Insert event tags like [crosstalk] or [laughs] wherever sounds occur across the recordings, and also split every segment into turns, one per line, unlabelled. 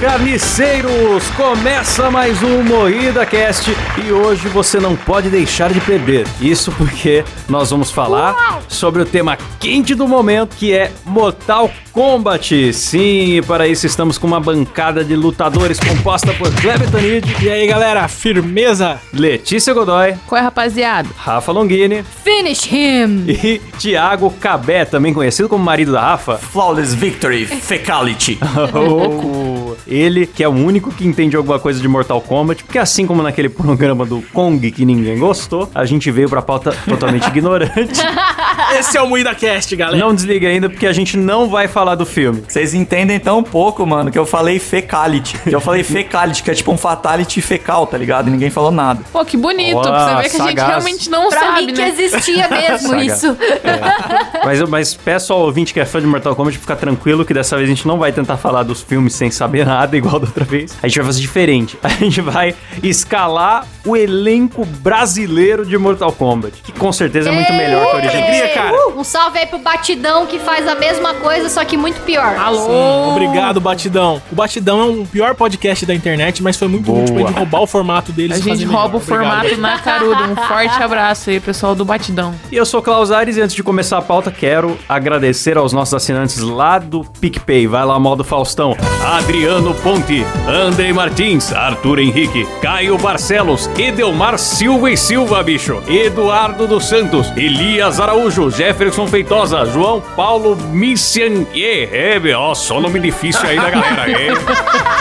carniceiros! Começa mais um Moída Cast e hoje você não pode deixar de beber. Isso porque nós vamos falar sobre o tema quente do momento, que é Mortal Kombat. Sim, e para isso estamos com uma bancada de lutadores composta por Kleber Tanid,
E aí, galera, firmeza?
Letícia Godoy,
Qual é, rapaziada?
Rafa Longini
Finish him!
e Thiago Cabé, também conhecido como marido da Rafa.
Flawless Victory Fecality.
[laughs]
Louco. Ele, que é o único que entende alguma coisa de Mortal Kombat, porque assim como naquele [laughs] programa do Kong que ninguém gostou, a gente veio pra pauta
[laughs]
totalmente ignorante.
Esse é o Moída Cast, galera.
Não desliga ainda, porque a gente não vai falar do filme.
Vocês entendem tão pouco, mano, que eu falei fecality. Que eu falei fecality, que é tipo um fatality fecal, tá ligado? E ninguém falou nada.
Pô, que bonito.
Ó,
pra você ver que a gente
sagaz.
realmente não
pra
sabe,
mim que
né?
[laughs]
existia mesmo
Saga. É.
isso.
Mas, eu- mas peço ao ouvinte que é fã de Mortal Kombat ficar tranquilo que dessa vez a gente não vai tentar falar dos filmes sem saber nada, igual da outra vez. A gente vai fazer diferente. A gente vai escalar o elenco brasileiro de Mortal Kombat, que com certeza é muito melhor que o original.
Alegria, cara.
Um salve aí pro Batidão que faz a mesma coisa, só que muito pior.
Sim, obrigado, Batidão. O Batidão é um pior podcast da internet, mas foi muito
Boa.
útil pra gente roubar o formato deles.
A
e fazer
gente
melhor.
rouba o
Obrigado,
formato
Batidão.
na caruda. Um
[laughs]
forte abraço aí, pessoal do Batidão.
E eu sou o Klaus Aires e antes de começar a pauta, quero agradecer aos nossos assinantes lá do PicPay. Vai lá, modo Faustão. Adriano Ponte, Andrei Martins, Arthur Henrique, Caio Barcelos, Edelmar Silva e Silva, bicho, Eduardo dos Santos, Elias Araújo, Jefferson Feitosa, João Paulo Missian. É, é, ó, só nome difícil aí da galera. É.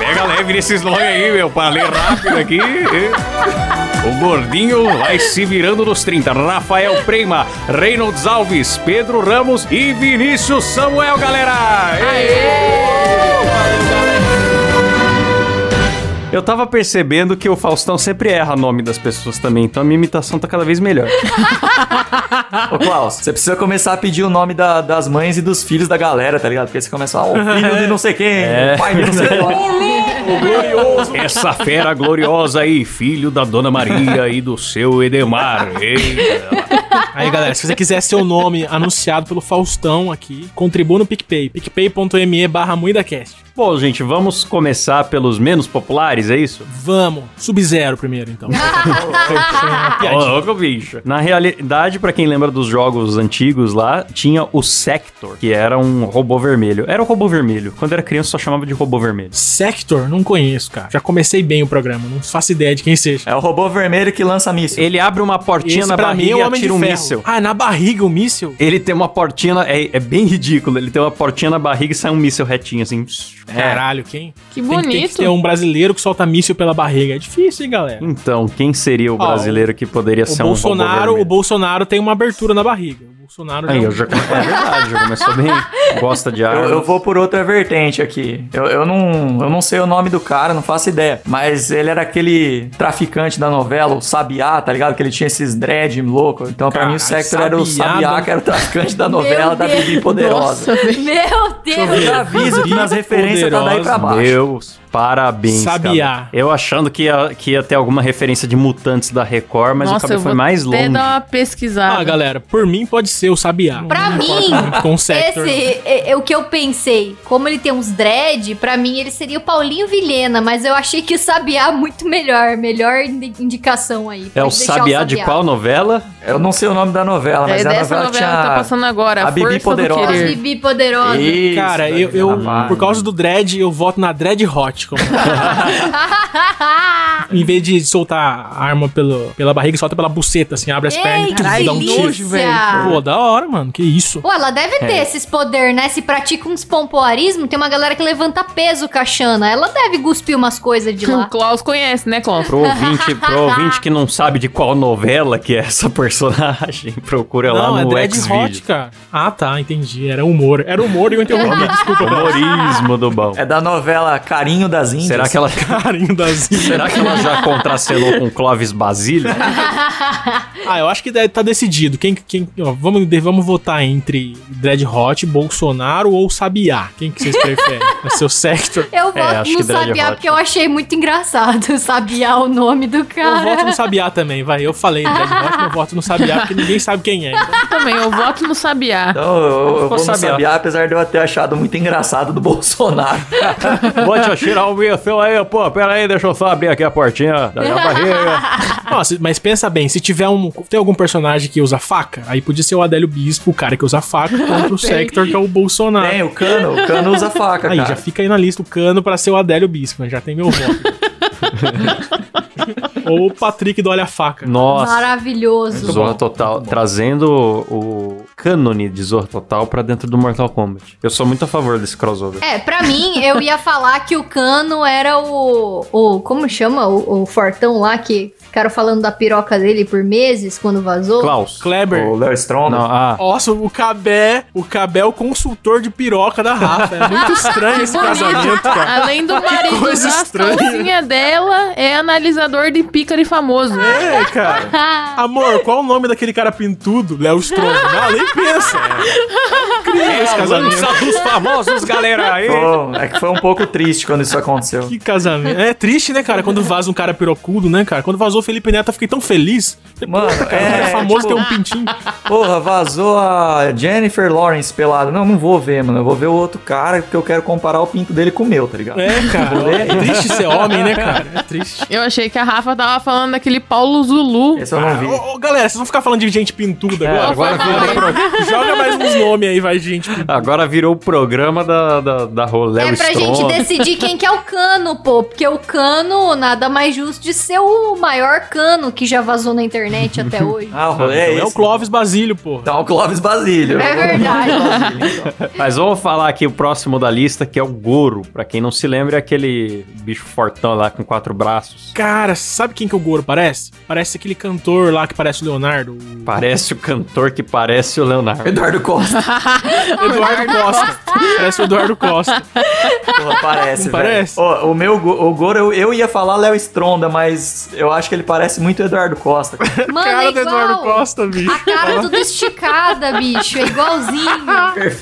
Pega leve nesses nomes aí, meu, pra ler rápido aqui. É. O gordinho vai se virando nos 30. Rafael Prema, Reynolds Alves, Pedro Ramos e Vinícius Samuel, galera! Eu tava percebendo que o Faustão sempre erra o nome das pessoas também, então a minha imitação tá cada vez melhor.
Ô, Klaus, você precisa começar a pedir o nome da- das mães e dos filhos da galera, tá ligado? Porque você começa, ó, o filho de não sei quem, o pai de não sei quem.
Essa fera gloriosa aí, filho da Dona Maria e do seu Edemar.
Aí, galera, se você quiser seu nome [laughs] anunciado pelo Faustão aqui, contribua no PicPay. picpay.me barra MoídaCast.
Bom, gente, vamos começar pelos menos populares, é isso?
Vamos. Sub-Zero primeiro,
[laughs]
então.
Ô, louco, bicho. Na realidade, pra quem lembra dos jogos antigos lá, tinha o Sector, que era um robô vermelho. Era o robô vermelho. Quando era criança, só chamava de robô vermelho.
Sector, não conheço, cara. Já comecei bem o programa, não faço ideia de quem seja.
É o robô vermelho que lança míssil.
Ele abre uma portinha
Esse
na
pra mim
barriga
é o
e
Homem de
atira um
Ferro.
míssil.
Ah, na barriga o míssil?
Ele tem uma portinha, na- é, é bem ridículo. Ele tem uma portinha na barriga e sai um míssil retinho, assim.
Caralho, quem?
Que
Tem que- Tem que
bonito.
ter um brasileiro que solta míssil pela barriga. É difícil, hein, galera?
Então, quem seria o brasileiro que poderia
O
ser um
Bolsonaro,
robô
o
vermelho?
Bolsonaro tem uma abertura na barriga. O Bolsonaro
Aí,
é um-
eu já... É verdade, já começou bem.
[laughs]
Gosta de
Eu,
armas.
eu vou por outra vertente aqui. Eu, eu não, eu não sei o nome do cara, não faço ideia. Mas ele era aquele traficante da novela, o Sabiá, tá ligado? Que ele tinha esses dread louco. Então, pra mim, o
Caralho,
Sector era o
Sabiá,
Sabiá,
mano.
que era o traficante da novela
Meu
da Bibi
Deus.
Poderosa.
Nossa, velho.
Meu
Eu
Deus.
já aviso que nas referências tá daí pra baixo.
Deus, parabéns.
Sabiá.
cara. Eu achando que ia, que ia ter alguma referência de mutantes da Record, mas o
Nossa, eu
cabelo
vou
foi mais
até
longe.
dar uma
Ah,
pesquisada.
galera, por mim pode ser o Sabiá.
Pra
Não
mim,
importa muito com o Sector. não.
Esse é, é o que eu pensei. Como ele tem uns dread, pra mim ele seria o Paulinho Vilhena, mas eu achei que o Sabiá é muito melhor. Melhor indi- indicação aí.
É
Pode
o
deixar
sabiá de qual novela?
Eu não sei o nome da novela,
é
mas a
dessa
novela,
novela que
tinha...
tá passando agora,
a
a
Bibi
Força
Poderosa.
do
Os
Querer.
Bibi Poderosa.
Isso,
Cara, eu,
tá
eu-
né,
ligado?
por causa do dread, eu voto na Dread Hot. como- em vez de soltar a arma pelo, pela barriga, solta pela buceta, assim, abre as pernas
Ei,
e tum,
que
dá um tiro.
nojo, velho.
delícia!
Pô, da hora, mano, que
[laughs]
isso.
Pô, ela deve ter
É.
esses poder, né? Se pratica uns pompoarismo, tem uma galera que levanta peso cachana. Ela deve cuspir umas coisas de
[laughs] O
lá.
Klaus conhece, né, Klaus?
Pro ouvinte, pro ouvinte que não sabe de qual novela que é essa personagem, [laughs] procura
Não,
lá
é
no
Dread Hot,
X-Video.
cara. Ah, tá, entendi. Era humor. Era
[laughs]
humor e eu interrompi, desculpa.
Humorismo do bom.
É da novela Carinho das Índias.
Será que ela...
Carinho das
[laughs] Será que ela já contracenou com Clóvis Basílio?
Ah, eu acho que deve tá decidido. Quem, quem, ó, vamos vamos, vamos votar entre Dread Hot, Bolsonaro ou Sabiá. Quem que vocês preferem? [laughs] é seu sector.
Eu voto
acho que
no
Dread
Sabiá
Hot.
porque eu achei muito engraçado [laughs] Sabiá o nome do
Eu
cara.
voto no Sabiá também, vai. Eu falei Dread Hot, mas eu voto no Sabiá porque ninguém sabe quem é. Então,
Eu também, eu voto no
[laughs]
Sabiá.
Então eu, eu
Ficou
vou no
Sabiá.
Sabiá, apesar de eu ter achado muito engraçado do [laughs] Bolsonaro.
Bote a tirar o meu seu aí, pô. Pera aí, deixa eu só abrir aqui a portinha da minha barriga.
nossa, mas pensa bem, Então, se tiver um. Tem algum personagem que usa faca, aí podia ser o Adélio Bispo, o cara que usa faca, contra o sector que é o Bolsonaro.
Tem, o cano, o cano usa faca,
Aí,
cara.
já fica aí na lista o cano pra ser o Adélio Bispo, né? já tem meu
[laughs]
voto. Ou o Patrick do Olha a Faca.
Nossa.
Maravilhoso.
Zorra Total, trazendo o cânone de Zorra Total pra dentro do Mortal Kombat. Eu sou muito a favor desse crossover.
É, pra mim, eu ia falar que o Cano era o. o como chama? O, o Fortão lá que ficaram falando da piroca dele por meses quando vazou.
Klaus.
Kleber.
O Léo Stronda.
Não, ah.
Nossa, o Cabé, o Cabé é o consultor de piroca da Rafa. É muito estranho esse casamento, cara.
Além do marido
coisa
da
estranha.
calcinha dela, é analisador de pícaro e famoso.
É, cara. Amor, qual o nome daquele cara pintudo? Léo Stronda. Não, nem pensa. Cria esse casamento.
Lança É, dos famosos, galera aí.
Pô, é que foi um pouco triste quando isso aconteceu.
[laughs] Que casamento. É triste, né, cara? Quando vaza um cara pirocudo, né, cara? Quando vazou o Felipe Neto, eu fiquei tão feliz.
Mano,
Cara, o cara é famoso
tipo,
tem um pintinho.
Porra, vazou a Jennifer Lawrence pelada. Não, não vou ver, mano. Eu vou ver o outro cara porque eu quero comparar o pinto dele com o meu, tá ligado?
É, cara. É triste ser homem, né, cara? É triste.
Eu achei que a Rafa tava falando daquele Paulo Zulu.
Esse eu não vi.
Ô, ô, galera, vocês vão ficar falando de gente pintuda
É,
agora?
agora, virou,
Joga mais uns nomes aí, vai, de gente pintuda.
agora virou o programa da, da, da Rolé
É pra gente decidir quem que é o cano, pô. Porque o cano nada mais justo de ser o maior cano que já vazou na
[laughs]
internet até hoje.
Ah, o rolê é,
É o
esse.
Clóvis Basílio, porra.
Então, o Clóvis Basílio.
É verdade.
[laughs] Mas vamos falar aqui o próximo da lista, que é o Goro. Pra quem não se lembra, é aquele bicho fortão lá com quatro braços.
Cara, sabe quem que é o Goro parece? Parece aquele cantor lá que parece o [laughs] Leonardo. o
Parece o cantor que parece o Leonardo.
Eduardo
[laughs]
Costa.
Eduardo Costa. Parece o Eduardo Costa.
Porra, parece, velho.
Não parece?
Ó, o meu go- o Goro, eu, eu ia falar Léo Stronda, mas eu acho que ele parece muito Eduardo
[laughs]
Costa.
Mano, é
[laughs] Cara do
igual.
Eduardo Costa,
A
bicho.
cara toda esticada, bicho. É
[laughs]
igualzinho.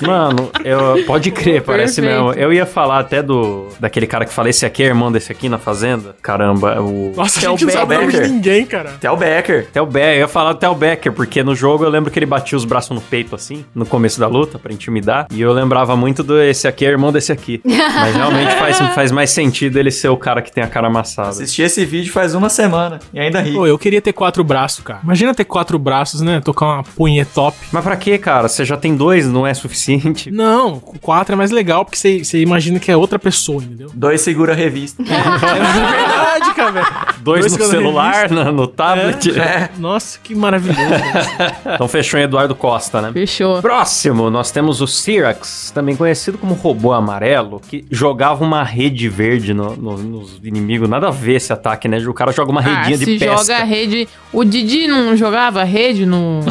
Mano, eu, pode crer, parece
Perfeito.
mesmo. Eu ia falar até do daquele cara que fala, esse aqui é irmão desse aqui na fazenda. Caramba, é o...
Nossa, a
É o
gente não sabe o nome de
Becker.
ninguém, cara.
Até o Becker.
Tel Becker, eu ia falar do Tel Becker, porque no jogo eu lembro que ele batia os braços no peito assim, no começo da luta, pra intimidar. E eu lembrava muito do esse aqui é irmão desse aqui.
[laughs]
Mas realmente faz, faz mais sentido ele ser o cara que tem a cara amassada.
Assisti esse vídeo faz uma semana e ainda ri.
Pô, eu queria ter quatro braços, cara. Imagina ter quatro braços, né? Tocar uma punhetop.
Mas pra que, cara? Você já tem dois, não é suficiente?
Não, com quatro é mais legal, porque você- você imagina que é outra pessoa, entendeu?
Dois segura a revista.
[laughs] É verdade, cara, velho.
Dois,
[laughs] Dois
no
cada
celular, na- no tablet.
É. Nossa, que maravilhoso.
[laughs] Então fechou em Eduardo Costa, né?
Fechou.
Próximo, nós temos o Syrax, também conhecido como robô amarelo, que jogava uma rede verde no- no- nos inimigos. Nada a ver esse ataque, né? O cara joga uma redinha
ah,
de
se
pesca.
joga a rede. O Didi não jogava rede no.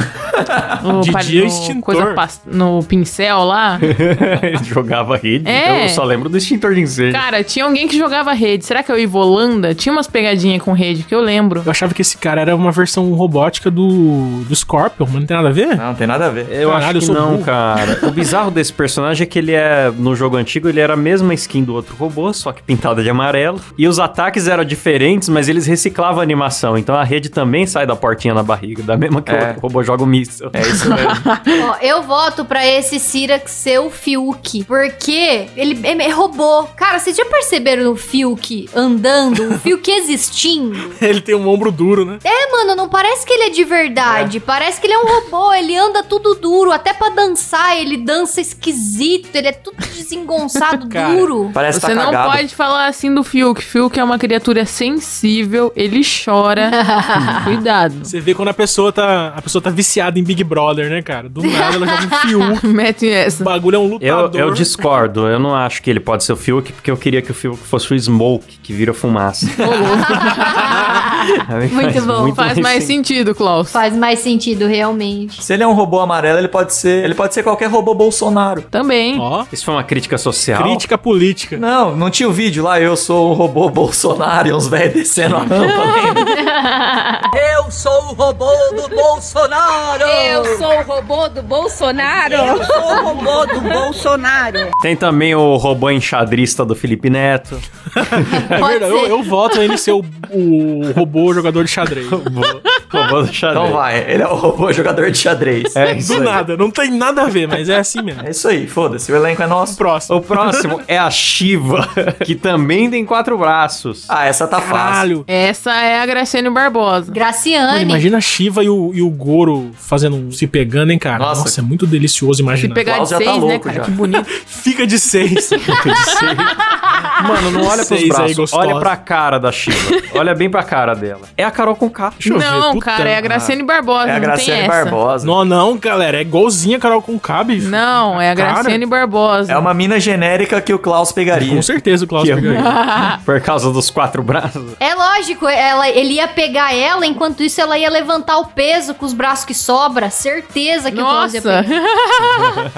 no
Didi
pa-
é
no
extintor.
coisa pas- no pincel lá.
[laughs] Ele jogava rede, então
É.
eu só lembro do extintor de incêndio.
Cara, tinha alguém que jogava rede. Será que é o Ivolanda? Tinha umas pegadinhas com rede que eu lembro.
Eu achava que esse cara era uma versão robótica do, do Scorpion, mas não tem nada a ver?
Não, não tem nada a ver.
eu
caralho, eu
acho que
sou
não,
burro.
cara. O bizarro desse personagem é que ele é, no jogo antigo, ele era a mesma skin do outro robô, só que pintada de amarelo. E os ataques eram diferentes, mas eles reciclavam a animação. Então a rede também sai da portinha na barriga, da mesma que o
É.
outro robô joga o míssil.
É
[laughs]
isso mesmo.
Ó, eu voto pra esse Sirax ser o Fiuk, porque ele é, é robô. Cara, vocês já perceberam o Fiuk andando, o Fiuk [laughs] existindo?
[laughs] Ele tem um ombro duro, né?
É, mano, não parece que ele é de verdade, parece que ele é um robô, ele anda tudo duro, até pra dançar ele dança esquisito, ele é tudo desengonçado,
[laughs] Cara,
duro.
Parece que
Você
tá
não
cagado.
pode falar assim do Fiuk. Fiuk é uma criatura sensível, ele
[laughs]
chora. Cuidado.
Você vê quando a pessoa tá. A pessoa tá viciada em Big Brother, né, cara? Do nada ela joga um
[laughs] [laughs]
Fiuk.
Mete
O
essa.
bagulho é um
Eu,
lutador.
eu discordo, eu não acho que ele pode ser o Fiuk, porque eu queria que o Fiuk fosse o Smoke, que vira fumaça.
[laughs]
Aí
Muito
faz
bom,
Faz mais sentido, Klaus.
Faz mais sentido, realmente.
Se ele é um robô amarelo, ele pode ser. Ele pode ser qualquer robô Bolsonaro.
Também.
Ó,
Isso foi uma crítica social?
crítica política.
Não, não tinha o vídeo lá, eu sou o robô [laughs] Bolsonaro e uns
[laughs]
velhos descendo a rampa.
Eu sou o robô do Bolsonaro! Bolsonaro!
Eu sou o robô do Bolsonaro!
Eu sou o robô do Bolsonaro.
Tem também o robô enxadrista do Felipe Neto.
É
Pode
verdade, eu,
ser.
eu voto ele ser o, o robô jogador de xadrez.
[laughs] robô do xadrez.
Então vai, ele é o robô jogador de xadrez.
É isso aí.
Do nada, não tem nada a ver, mas é assim mesmo.
É isso aí, foda-se, o elenco é nosso.
Próximo.
O próximo é a Shiva, que também tem quatro braços.
Ah, essa tá fácil.
Caralho.
Essa é a Graciane Barbosa.
Mano,
Graciane.
imagina a Shiva e o, e o Goro fazendo um, se pegando, hein, cara?
Nossa.
Nossa, é muito delicioso
Se
imaginar.
pegar de
Klaus já tá
seis, né,
louco
cara?
já.
Que bonito.
[laughs] Fica de seis.
Ah, Mano, não olha pros
Vocês aí,
braços,
gostosa.
olha pra cara da Shiva. Olha bem pra cara dela. É a Carol com K.
eu ver,
não,
puta Ah,
cara, é a Graciane Barbosa.
É a
não
Graciane
tem Barbosa.
Barbosa.
não, não, galera, é igualzinha a Carol com bicho.
Não, é a
Cara.
Graciane Barbosa.
É uma mina genérica que o Klaus pegaria.
Com certeza o Klaus
Que
pegaria.
Por causa dos quatro braços.
É lógico, ela, ele ia pegar ela, enquanto isso ela ia levantar o peso com os braços que sobra. Certeza que o Klaus ia
Nossa.
pegar.
[laughs]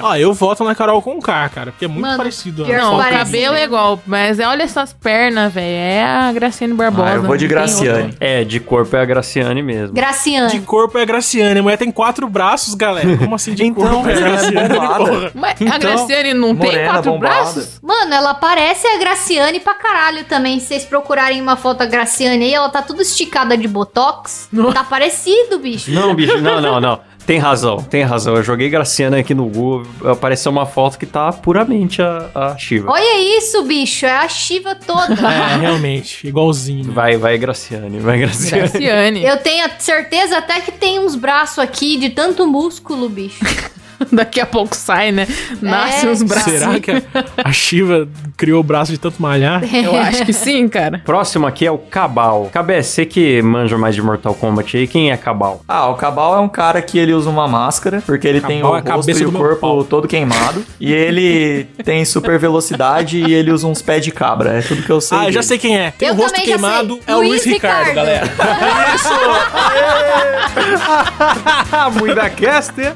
Ó, eu voto na Carol com K, cara, porque é muito
Mano,
parecido.
pior
[laughs]
né?
Não, o
Parece,
cabelo
né?
é igual, mas é- olha essas pernas, velho. É a Graciane Barbosa.
Ah, eu vou de
não tem
Graciane.
outra.
É, de corpo é a Graciane mesmo.
De
Graciane.
corpo é a Graciane, a mulher tem quatro braços, galera. Como assim de
Então,
corpo é
mas
a
ela
[laughs]
é
[laughs] Graciane?
bombada.
Porra.
Mas a
Então,
Graciane não tem
morena,
quatro
bombada.
braços?
Mano, ela parece a Graciane pra caralho também. Se vocês procurarem uma foto da Graciane aí, ela tá tudo esticada de botox. Tá parecido, bicho.
Não, bicho, não, não, não. Tem razão, tem razão. Eu joguei Graciane aqui no Google, apareceu uma foto que tá puramente a, a Shiva.
Olha isso, bicho. É a Shiva toda.
[laughs] É, realmente, igualzinho.
Vai, vai, Graciane, vai, Graciane.
Graciane.
[laughs] Eu tenho a certeza até que tem uns braços aqui de tanto músculo, bicho.
Daqui a pouco sai, né? Nasce
É.
uns braços.
Será que a, a Shiva criou o braço de tanto malhar?
Eu acho que sim, cara.
Próximo aqui é o Cabal. Cabé, você que manja mais de Mortal Kombat aí, quem é Cabal?
Ah, o Cabal é um cara que ele usa uma máscara, porque ele tem o
Cabal é a
rosto
cabeça
e
do
o
meu
corpo
pau.
todo queimado. e ele tem super velocidade e ele usa uns pés de cabra. É tudo que eu sei.
Ah, eu já
dele.
sei quem é. Tem
Eu
o rosto
também já
queimado,
sei.
é o
Luiz
Luiz Ricardo,
Ricardo.
galera.
Ah, Muida Caster!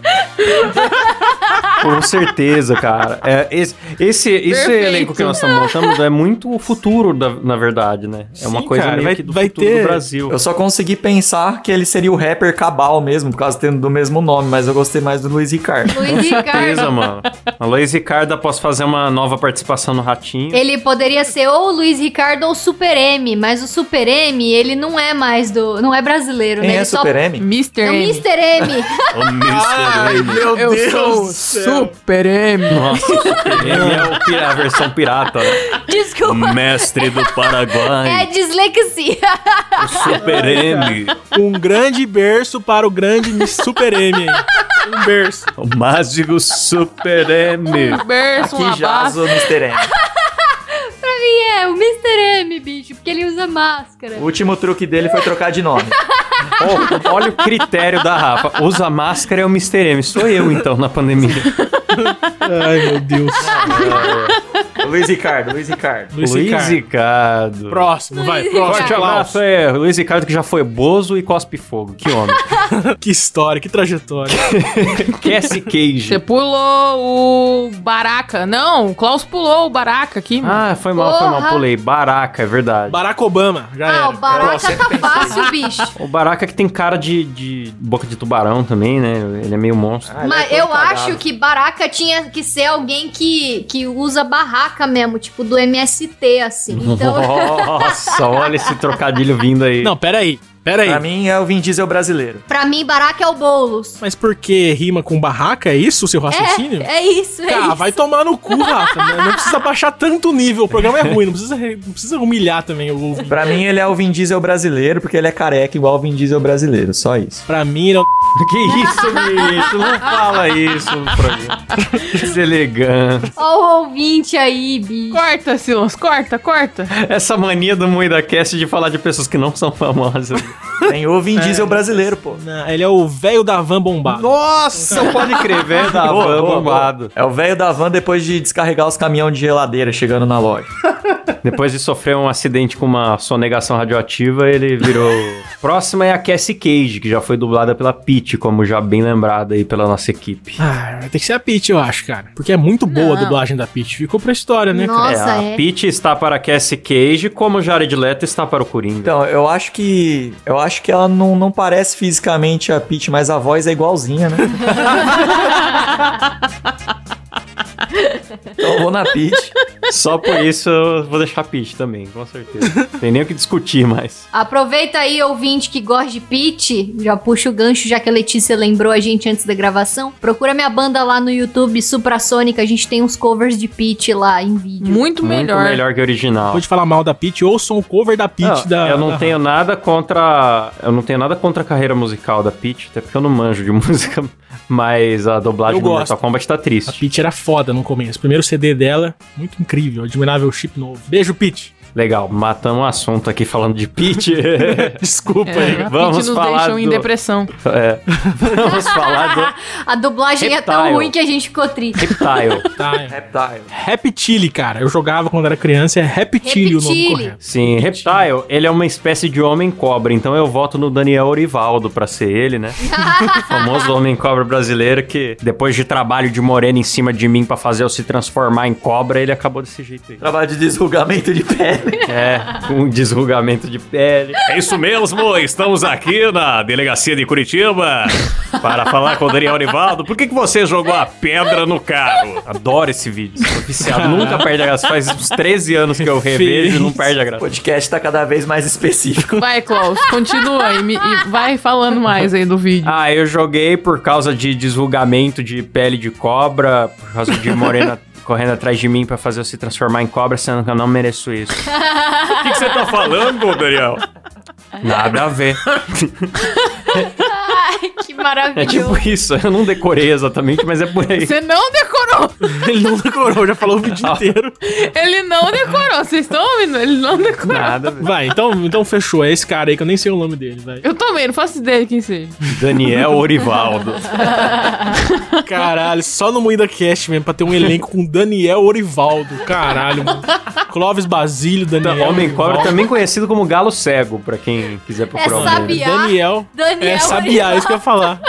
Com certeza, cara. É, esse esse, esse
Perfeito.
elenco que nós estamos montando é muito o futuro, da- na verdade, né? É uma
Sim,
coisa
cara,
meio
vai-
que do
vai
futuro
ter-
do Brasil.
Eu só consegui pensar que ele seria o rapper Cabal mesmo, por causa tendo do mesmo nome, mas eu gostei mais do Luiz Ricardo.
Luiz
certeza,
Ricardo.
mano. A Luiz Ricardo, após fazer uma nova participação no Ratinho.
Ele poderia ser ou o Luiz Ricardo ou o Super M, mas o Super M, ele não é mais do. não é brasileiro,
Quem
né?
é
Ele
Super M?
Mr.
É o
M.
Mr. M. [laughs]
O Mr. M.
Meu
Eu sou o Super M.
Nossa, o Super M é o pi- a versão pirata, né?
Desculpa.
Mestre do
É
Paraguai,
dislexia.
o Super M,
Um grande berço para o grande Miss Super M. hein? Um berço.
o mágico Super M.
Um berço, um
Que jaz
abraço.
o Mr. M.
É, o Mr. M, bicho, porque ele usa máscara.
O último truque dele foi trocar de nome.
Ó, olha o critério da Rafa. Usa máscara é o Mr. M. Sou eu, então, na pandemia.
Ai, meu Deus.
Luiz Ricardo, [laughs] Luiz Ricardo.
Luiz,
Luiz
Ricardo.
Ricardo.
Próximo, vai. Próximo.
Forte abraço, é. Luiz Ricardo que já foi bozo e cospe fogo. Que
[laughs]
homem.
Que história, que
[laughs]
trajetória.
Cassie
Você
Cage.
pulou o Baraca. Não, o Klaus pulou o Baraca aqui, mano.
Ah, foi mal, foi mal.
Porra.
Pulei. Baraca, é verdade.
Barack Obama, já
Ah,
era.
o Baraka tá fácil, bicho.
O Baraca que tem cara de, de boca de tubarão também, né? Ele é meio monstro.
Ah, ele é
Mas
todo
eu
cagado.
acho que Baraka tinha que ser alguém que, que usa barraca mesmo, tipo do MST, assim.
[laughs]
Então,
Nossa, olha esse trocadilho vindo aí.
Não, peraí, peraí.
Pra mim é o Vin Diesel brasileiro.
pra mim, Baraka é o Boulos.
Mas porque rima com barraca? É isso o seu raciocínio?
É isso, é
Cara,
isso.
Tá, vai tomar no cu, Rafa. né? Não precisa baixar tanto o nível. O programa é ruim, não precisa, re- não precisa humilhar também o ouvinte.
Pra mim ele é o Vin Diesel brasileiro, porque ele é careca igual o Vin Diesel brasileiro, só isso.
Pra mim, ele é um
[laughs] Que isso, bicho? Não fala isso pra mim. Deselegante.
Ó o ouvinte aí, bicho.
Corta, Silas, corta, corta.
Essa mania do MuidaCast de falar de pessoas que não são famosas.
Tem o
É.
Vin Diesel brasileiro, pô.
Não, ele é o velho da van bombado.
Nossa, Então pode crer, velho da
Boa,
van
boa,
bombado.
boa. É o velho da van depois de descarregar os caminhões de geladeira chegando na loja.
Depois de sofrer um acidente com uma sonegação radioativa, ele
[laughs]
virou. Próxima é a Cassie Cage, que já foi dublada pela Pete, como já bem lembrada aí pela nossa equipe.
Ah, vai ter que ser a Peach, eu acho, cara. Porque é muito boa a
Não.
dublagem da Peach. Ficou pra história, né, cara?
Nossa,
a
é.
Pete está para a Cassie Cage, como Jared Leto está para o Coringa.
Então, eu acho que. Eu acho que ela não, não parece fisicamente a Peach, mas a voz é igualzinha, né? [laughs] então eu vou na Peach.
Só por isso eu vou deixar a Pete também, com certeza. Tem nem o que discutir mais.
Aproveita aí, ouvinte que gosta de Pete, já puxa o gancho, já que a Letícia lembrou a gente antes da gravação. Procura minha banda lá no YouTube, Suprassônica, a gente tem uns covers de Pete lá em vídeo.
Muito melhor.
Muito melhor que o original.
Pode falar mal da Peach, ouçam o cover da Peach
Não,
da.
Ah, eu não
da-
tenho nada contra. Eu não tenho nada contra a carreira musical da Peach, até porque eu não manjo de [laughs] música, mas a dublagem
Eu
do
gosto.
Mortal Kombat tá
A
triste.
Peach era foda no começo. Primeiro CD dela, muito incrível. Admirável chip novo. Beijo, Peach. [laughs]
Legal, matamos o assunto aqui falando de [laughs] Peach.
Desculpa
É,
aí.
a
Vamos
Peach nos
falar
deixam em
do-
depressão.
É, vamos falar do
[laughs] A dublagem é tão
Reptile.
ruim que a gente ficou triste.
Reptile.
Tá, é.
Reptile.
Reptile, cara. Eu jogava quando era criança, é Reptile o nome
Reptile.
correto.
Sim, Reptile, ele é uma espécie de homem-cobra, então eu voto no Daniel Orivaldo pra ser ele, né? O famoso homem-cobra brasileiro que, depois de trabalho de morena em cima de mim pra fazer eu se transformar em cobra, ele acabou desse jeito aí.
Trabalho de desrugamento de [laughs] pele.
É, [laughs] um desrugamento de pele. É isso mesmo, estamos aqui na delegacia de Curitiba para falar com o Daniel Orivaldo. Por que, que você jogou a pedra no carro? Adoro esse vídeo, sou viciado. Nunca perde a graça. Faz uns 13 anos que eu revejo e não perde a
O
graça.
podcast tá cada vez mais específico.
Vai, Klaus, continua e, me- e vai falando mais aí do vídeo.
Ah, eu joguei por causa de desrugamento de pele de cobra, por causa de morena [laughs] correndo atrás de mim pra fazer eu se transformar em cobra, sendo que eu não mereço isso. O que, você tá
[laughs]
falando, Daniel? [laughs] Nada a ver.
[laughs] Ai, que
É
maravilhoso.
tipo isso, eu não decorei exatamente, mas é por
[laughs]
aí.
Você não decorou!
Ele não decorou, já falou o vídeo inteiro.
Ele não decorou, vocês estão ouvindo? Ele não decorou.
Nada, velho.
Vai, então, então fechou. É esse cara aí que eu nem sei o nome dele, vai.
Eu também, não faço ideia de quem seja.
Daniel Orivaldo.
Caralho, só no Moída Cast mesmo, pra ter um elenco com Daniel Orivaldo. Caralho, mano. Clóvis Basílio, Daniel.
Tá, Homem cobra
Orivaldo.
também conhecido como Galo Cego, pra quem quiser procurar
É
o nome.
sabiá.
Daniel.
Daniel
É sabiá, é isso que eu ia falar.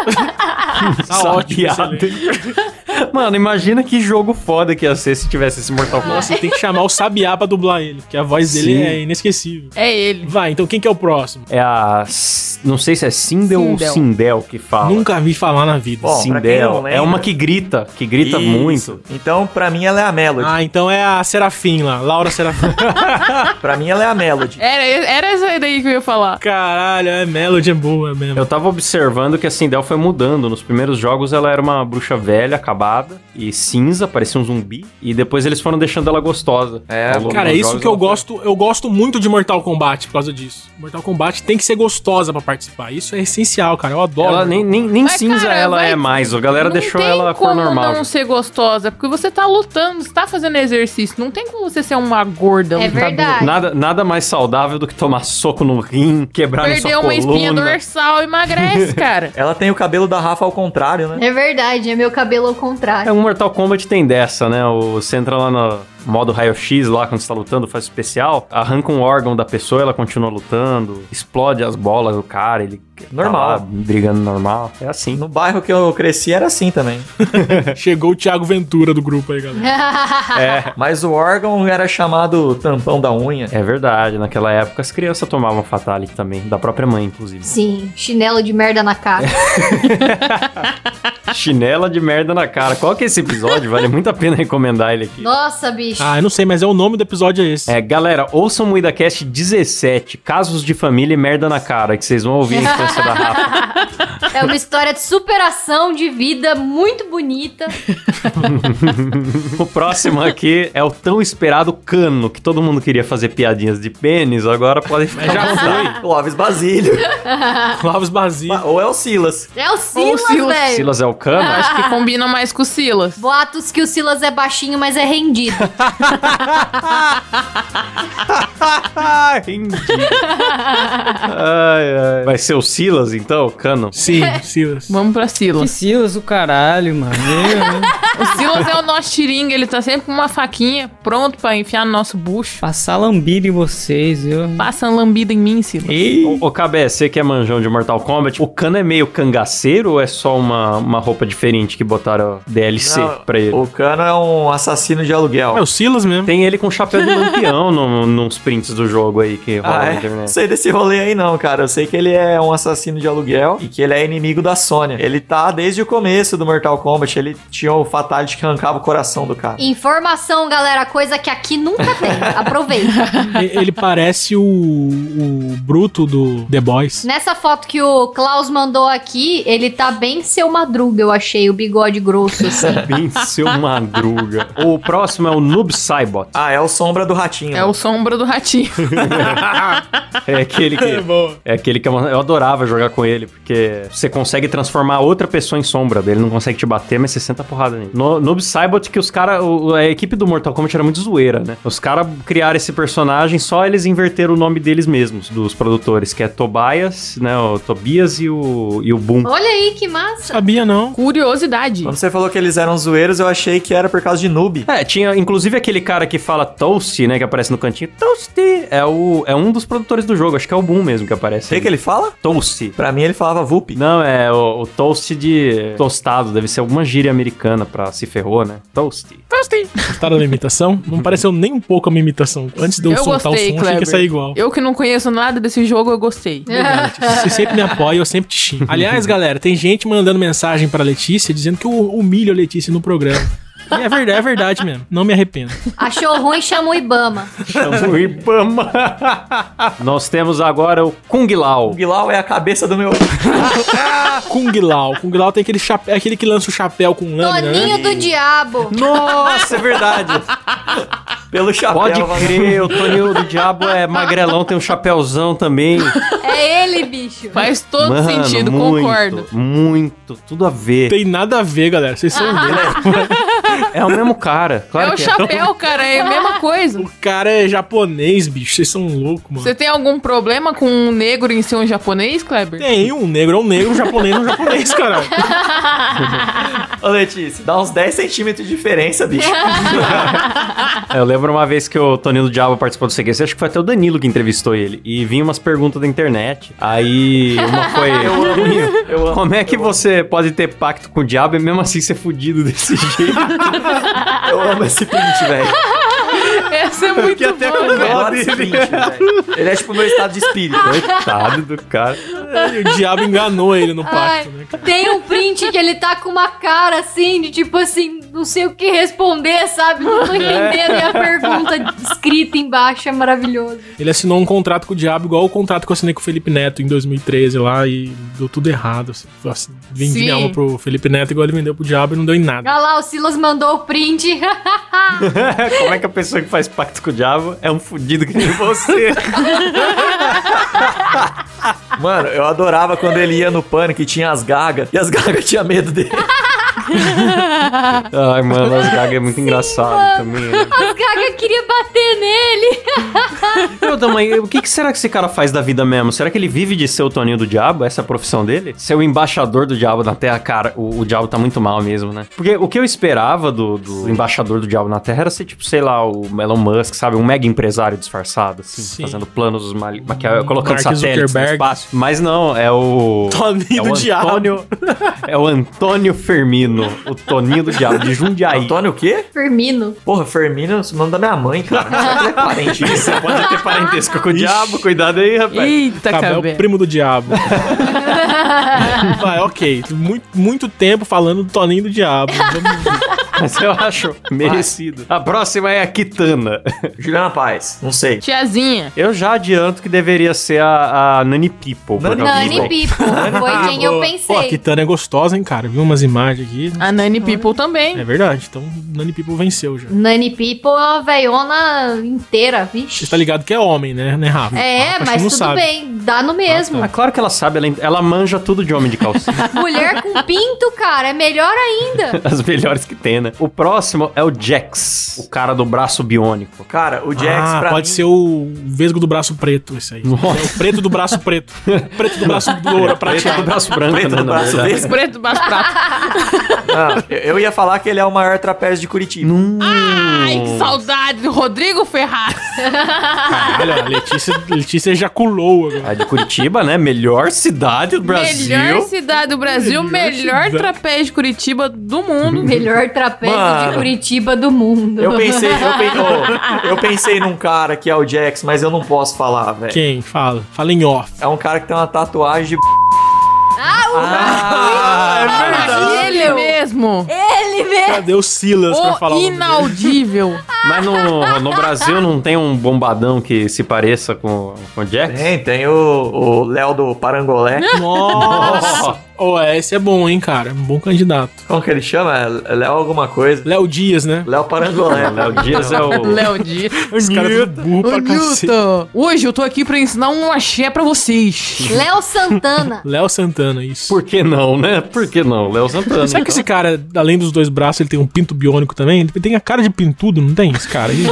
Tá ótimo. esse
Sabiá.
elenco.
[laughs] Mano, imagina que jogo foda que ia ser se tivesse esse
É.
Mortal Kombat.
Nossa, tem que chamar o sabiá pra dublar ele, porque a voz dele
Sim.
é inesquecível.
É ele.
Vai, então quem que é o próximo?
É a. S- Não sei se é Sindel, ou
Sindel.
Sindel que fala.
Nunca vi falar na vida.
Bom, pra quem não
Sindel.
lembra-
É uma que grita, que grita
Isso.
muito.
Então, pra mim, ela é a Melody.
Ah, então é a Serafim lá, Laura Serafim.
[laughs]
Pra mim, ela é a Melody.
Era, era essa daí que eu ia falar.
Caralho, é Melody, é boa mesmo.
Eu tava observando que a Sindel foi mudando. Nos primeiros jogos ela era uma bruxa velha, acabada, e cinza, parecia um zumbi. E depois eles foram deixando ela gostosa.
É,
Ao longo
Cara, é
dos
isso
jogos
que eu
ela foi-
gosto. Eu gosto muito de Mortal Kombat por causa disso. Mortal Kombat tem que ser gostosa pra participar. Isso é essencial, cara. Eu adoro.
Ela nem, nem, nem
Mas,
cinza
cara,
ela
vai-
é mais. A galera
não
deixou
tem
ela a cor
como
normal.
não ser gostosa, porque você tá lutando, você tá fazendo exercício. Não tem como você ser uma gorda
É
lutadora.
verdade.
Nada, nada mais saudável do que tomar soco no rim, quebrar
Perdeu
Tá na sua
uma espinha
coluna.
dorsal, emagrece, cara.
Ela tem o cabelo da Rafa ao contrário, né?
É verdade, é meu cabelo ao contrário.
[laughs] É, um Mortal Kombat tem dessa, né? O- Você entra lá no modo raio-x, lá quando você tá lutando, faz especial, arranca um órgão da pessoa, ela continua lutando, explode as bolas do cara, ele tá
Normal.
lá brigando normal. É assim.
No bairro que eu cresci era assim também.
[laughs] Chegou o Thiago Ventura do grupo aí, galera.
É.
Mas o órgão era chamado tampão da unha.
É verdade, naquela época as crianças tomavam Fatality também, da própria mãe, inclusive.
[laughs] Sim, chinelo de merda na cara.
Chinela de merda na cara. Qual que é esse episódio? Vale muito a pena recomendar ele aqui.
Nossa, bicho.
Ah, eu não sei, mas é o nome do episódio é esse.
É, galera, ouçam o MuidaCast 17, Casos de Família e Merda na Cara, que vocês vão ouvir a infância da Rafa.
É uma história de superação, de vida muito bonita.
O próximo aqui é o tão esperado Cano, que todo mundo queria fazer piadinhas de pênis, agora podem ficar à vontade.
um
[laughs]
Clóvis Basílio.
Clóvis Basílio.
Ou é o Silas.
É o Silas,
Silas.
velho.
Silas é o Cano?
Acho que combina mais com o Silas.
Boatos que o Silas é baixinho, mas é rendido.
Ah, entendi. ai, ai. Vai ser o Silas, então, o Cano? [laughs]
Sim, Silas.
Vamos pra
Que
Silas.
Silas, o caralho, mano. Eu, hein?
O Silas é o nosso tiringa, ele tá sempre com uma faquinha pronto pra enfiar no nosso bucho.
Passar lambida em vocês, viu?
Passa uma lambida em mim, Silas.
Ih,
Ô, ô Cabé, você que é manjão de Mortal Kombat, o cano é meio cangaceiro ou é só uma, uma roupa diferente que botaram DLC
Não,
pra ele?
o Cano é um assassino de aluguel.
É o Silas mesmo.
Tem ele com chapéu de lampião no, nos prints do jogo aí que rola
Ah,
na
é? Não
internet.
sei desse rolê aí não, cara. Eu sei que ele é um assassino de aluguel e que ele é inimigo da Sônia. Ele tá desde o começo do Mortal Kombat. Ele tinha o fatality que arrancava o coração do cara.
Informação, galera, coisa que aqui nunca tem. Aproveita.
E- Ele parece o, o Bruto do The Boys.
Nessa foto que o Klaus mandou aqui, ele tá bem seu madruga, eu achei, o bigode grosso,
[laughs]
assim.
Bem seu madruga. O próximo é o Noob Saibot.
Ah, é o Sombra do Ratinho.
É o sombra do ratinho.
É aquele que.
[laughs]
É aquele que eu, eu adorava jogar com ele, porque você consegue transformar outra pessoa em sombra dele. Não consegue te bater, mas você senta a porrada nele. No, Noob Saibot, que os caras. A equipe do Mortal Kombat era muito zoeira, né? Os caras criaram esse personagem, só eles inverteram o nome deles mesmos, dos produtores, que é Tobias, né? O Tobias e o, e o Boom.
Olha aí que massa.
Sabia não.
[laughs] Curiosidade.
Quando você falou que eles eram zoeiros, eu achei que era por causa de noob.
É, tinha inclusive aquele cara que fala Toast, né? Que aparece no cantinho. Toasty! É, o, é um dos produtores do jogo, acho que é o Boom mesmo que aparece.
O que, que ele fala?
Toast.
Pra mim ele falava Vup.
Não, é o, o toast de tostado, deve ser alguma gíria americana pra se ferrou, né? Toast.
Gostaram da imitação? Não pareceu nem um pouco a minha imitação. Antes de eu,
Eu
soltar
gostei,
o tá um som, achei que ia
Kleber.
sair igual.
Eu que não conheço nada desse jogo, eu gostei.
Você sempre me apoia, eu sempre te xingo. Aliás, galera, tem gente mandando mensagem pra Letícia dizendo que eu humilho a Letícia no programa. E é verdade, é verdade mesmo. Não me arrependo.
Achou ruim, chama o Ibama.
Chama o Ibama. [laughs] Nós temos agora o Kung Lao.
O Guilau é a cabeça do meu.
Kung Lao. Kung Lao tem aquele chapéu, aquele que lança o chapéu com lâmina, né?
Toninho do Diabo.
Nossa, é verdade.
Pelo chapéu.
Pode
valeu.
crer, o Toninho do Diabo é magrelão, tem um chapéuzão também.
É ele, bicho.
Faz todo
Mano,
sentido,
muito,
concordo. É
Muito, tudo a ver.
Tem nada a ver, galera. Vocês são doidos.
É o mesmo cara, claro
é o
que
chapéu, cara, é a mesma coisa.
O cara é japonês, bicho. Vocês são loucos, mano.
Você tem algum problema com um negro em ser um japonês, Kleber?
Tem um negro, é um negro, um japonês, é um japonês, cara.
Ô, Letícia, dá uns 10 centímetros de diferença, bicho.
É, Eu lembro uma vez que o Toninho do Diabo participou do CQC, acho que foi até o Danilo que entrevistou ele. E vinha umas perguntas da internet. Aí uma foi. [laughs] Eu amo,
eu amo,
Como é que você pode ter pacto com o diabo e mesmo assim ser fudido desse [laughs] jeito?
Eu amo esse print,
[laughs]
velho.
[laughs] Essa é muito
fiquei até
boa,
com
velho.
dó.
Eu adoro esse print, velho. Ele é tipo meu estado de espírito.
Coitado do cara.
[laughs] E o diabo enganou ele no
Ai,
pacto, né, cara?
tem um print que ele tá com uma cara assim, de tipo assim, não sei o que responder, sabe? Não tô entendendo. E a pergunta escrita embaixo é maravilhoso.
Ele assinou um contrato com o diabo, igual o contrato que eu assinei com o Felipe Neto em 2013 lá, e deu tudo errado. assim. Eu assin- vendi
Sim.
minha alma pro Felipe Neto, igual ele vendeu pro diabo e não deu em nada.
Olha lá, o Silas mandou o print. [laughs]
Como é que a pessoa que faz pacto com o diabo é um fudido que nem você?
[laughs] Mano, eu adorava quando ele ia no pânico e tinha as gagas. E as gagas tinham medo dele.
Ai, mano, as gagas é muito engraçado também. né?
As Gaga queria bater nele.
Meu Deus, mãe, o que, que será que esse cara faz da vida mesmo? Será que ele vive de ser o Toninho do Diabo? Essa é a profissão dele? Ser o embaixador do Diabo na Terra? Cara, o, o Diabo tá muito mal mesmo, né? Porque o que eu esperava do, do embaixador do Diabo na Terra era ser, tipo, sei lá, o Elon Musk, sabe? Um mega empresário disfarçado, assim,
Sim.
fazendo planos, mali- maquia- colocando
Mark
satélites no
Zuckerberg.
espaço. Mas não, é o...
Toninho
é o
do Diabo. [laughs]
Antônio, É o Antônio Fermino, o Toninho do Diabo, de Jundiaí.
Antônio o quê?
Firmino.
Porra, Fermino é o nome da minha mãe, cara. Será que ele é parente disso?
Você pode ter parentesco com o Diabo, cuidado aí, rapaz.
Eita,
Cabé é
cabelo.
o primo
[laughs]
do diabo. Vai, ok. Muito, muito tempo falando do Toninho
[laughs]
do Diabo. Vamos-
Mas eu acho [laughs] merecido. A próxima é a Kitana.
Juliana Paz, não sei.
Tiazinha.
Eu já adianto que deveria ser a, a Nani People. por
Nani
causa do People.
Nani Pipo. Foi quem eu
Pô, a
pensei.
Kitana é gostosa, hein, cara? Viu umas imagens aqui.
A Nani People também.
É verdade. Então, Nani People venceu já.
Nani Pipo é uma veiona inteira, vixe.
Você tá ligado que é homem, né, né, Rafa?
É,
Rafa, acho que
mas
não tá.
tudo bem, dá no mesmo.
Ah, claro que ela sabe, ela, ela manja tudo de homem de
[laughs]
calcinha.
Mulher com pinto, cara, é melhor ainda.
As melhores que tem, né? O próximo é o Jax, o cara do braço biônico.
Cara, o Jax
Ah,
pra
pode
mim-
ser o vesgo do braço preto, esse aí. É o preto do braço preto. preto do braço do
Preto
ouro,
do
prateado.
braço branco,
Preto
né,
do
na [laughs]
braço
verdade.
desse.
Preto, baixo, prata.
Ah, eu- eu ia falar que ele é o maior trapézio de Curitiba.
Ai, que saudade do Rodrigo Ferraz.
Caralho, a Letícia, Letícia ejaculou agora.
A de Curitiba, né? Melhor cidade do Brasil.
Melhor cidade do Brasil, melhor,
cidade.
trapézio de Curitiba do mundo.
Melhor trapézio
Mano.
de Curitiba do mundo.
Eu pensei, eu,
[laughs]
pe- ô, eu pensei num cara que é o Jax, mas eu não posso falar, velho.
Quem? Fala. Fala em off.
É um cara que tem uma tatuagem de.
Ah, é verdade.
Ele mesmo.
É.
Cadê o Silas pra falar
O
o nome dele?
inaudível.
Mas no, no Brasil não tem um bombadão que se pareça com, com o Jack?
Tem, tem o- o Léo do Parangolé.
Nossa! Ô, esse é bom, hein, cara? Um bom candidato.
Como que ele chama? É Léo alguma coisa.
Léo Dias, né?
Léo Parangolé.
O [laughs] Léo Dias é o.
Léo Dias.
Esse cara é burro pra cacete.
Nilton, hoje eu tô aqui pra ensinar um axé pra vocês.
Léo Santana.
Léo Santana, isso.
Por que não, né? Por que não? Léo Santana.
Será que esse cara, além dos dois braços, ele tem um pinto biônico também? Ele tem a cara de pintudo, não tem? Esse cara aí.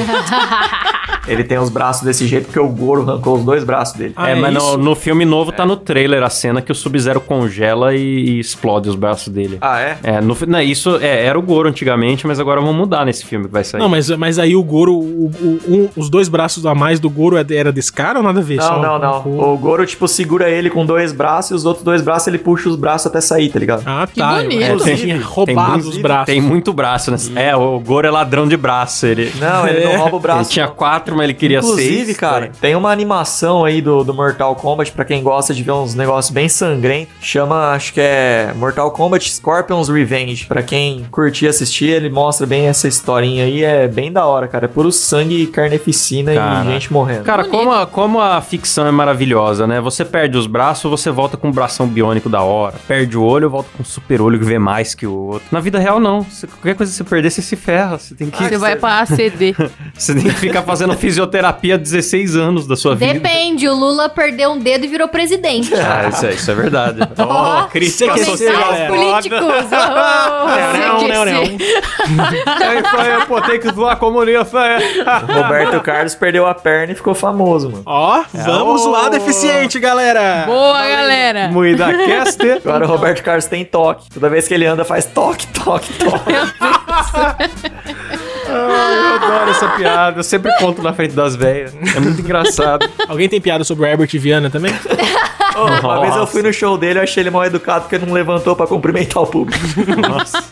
Ele tem os braços desse jeito porque o Goro arrancou os dois braços dele.
Ah,
é, mas no,
isso?
no filme novo tá no trailer a cena que o Sub-Zero congela e, e explode os braços dele.
Ah, é?
É, no, fi- não, isso é, era o Goro antigamente, mas agora vão mudar nesse filme que vai sair.
Não, mas, mas aí o Goro, o- o- um- os dois braços a mais do Goro é de- era desse cara ou nada a ver?
Não,
um
Só-
não, não. O Goro, tipo, segura ele com dois braços e os outros dois braços ele puxa os braços até sair, tá ligado?
Ah,
Que
tá.
bonito.
É,
É,
tem,
tem-
tinha roubado
muito-
os braços.
Tem muito braço, né? É, o Goro é ladrão de braço. Ele,
Não, ele não rouba o
[laughs]
braço.
ele tinha
não.
quatro, mas ele queria
Inclusive,
seis.
cara, tem uma animação aí do, do Mortal Kombat, pra quem gosta de ver uns negócios bem sangrentos. Chama, acho que é Mortal Kombat Scorpion's Revenge. Pra quem curtir assistir, ele mostra bem essa historinha aí. É bem da hora, cara. É puro sangue, e carneficina
Cara.
e gente morrendo.
É Cara, como a, como a ficção é maravilhosa, né? Você perde os braços, você volta com um bração biônico da hora. Perde o olho, volta com um super olho que vê mais que o outro. Na vida real, não. Você- qualquer coisa que você perder, você se ferra. Você tem que,
Você vai pra ACD.
você tem que ficar fazendo fisioterapia há 16 anos da sua vida.
Depende, o Lula perdeu um dedo e virou presidente.
Ah, isso é, isso é
[laughs]
verdade. Ó,
Ó,
oh, crítica
você
social.
quer
Os
ser,
políticos.
Não,
Oh,
não, não.
É isso aí, pô, tem que zoar comunista. É.
O Roberto Carlos perdeu a perna e ficou famoso, mano.
Ó, vamos lá, deficiente, galera!
Boa, galera.
Moída cast.
Agora o Roberto Carlos tem toque. Toda vez que ele anda, faz toque, toque, toque.
Eu adoro essa piada. Eu sempre conto na frente das velhas. É muito engraçado.
Alguém tem piada sobre o Herbert Viana também?
Uma vez eu
Nossa.
fui no show dele, eu achei ele mal educado porque não levantou pra cumprimentar
[laughs]
o público.
Nossa.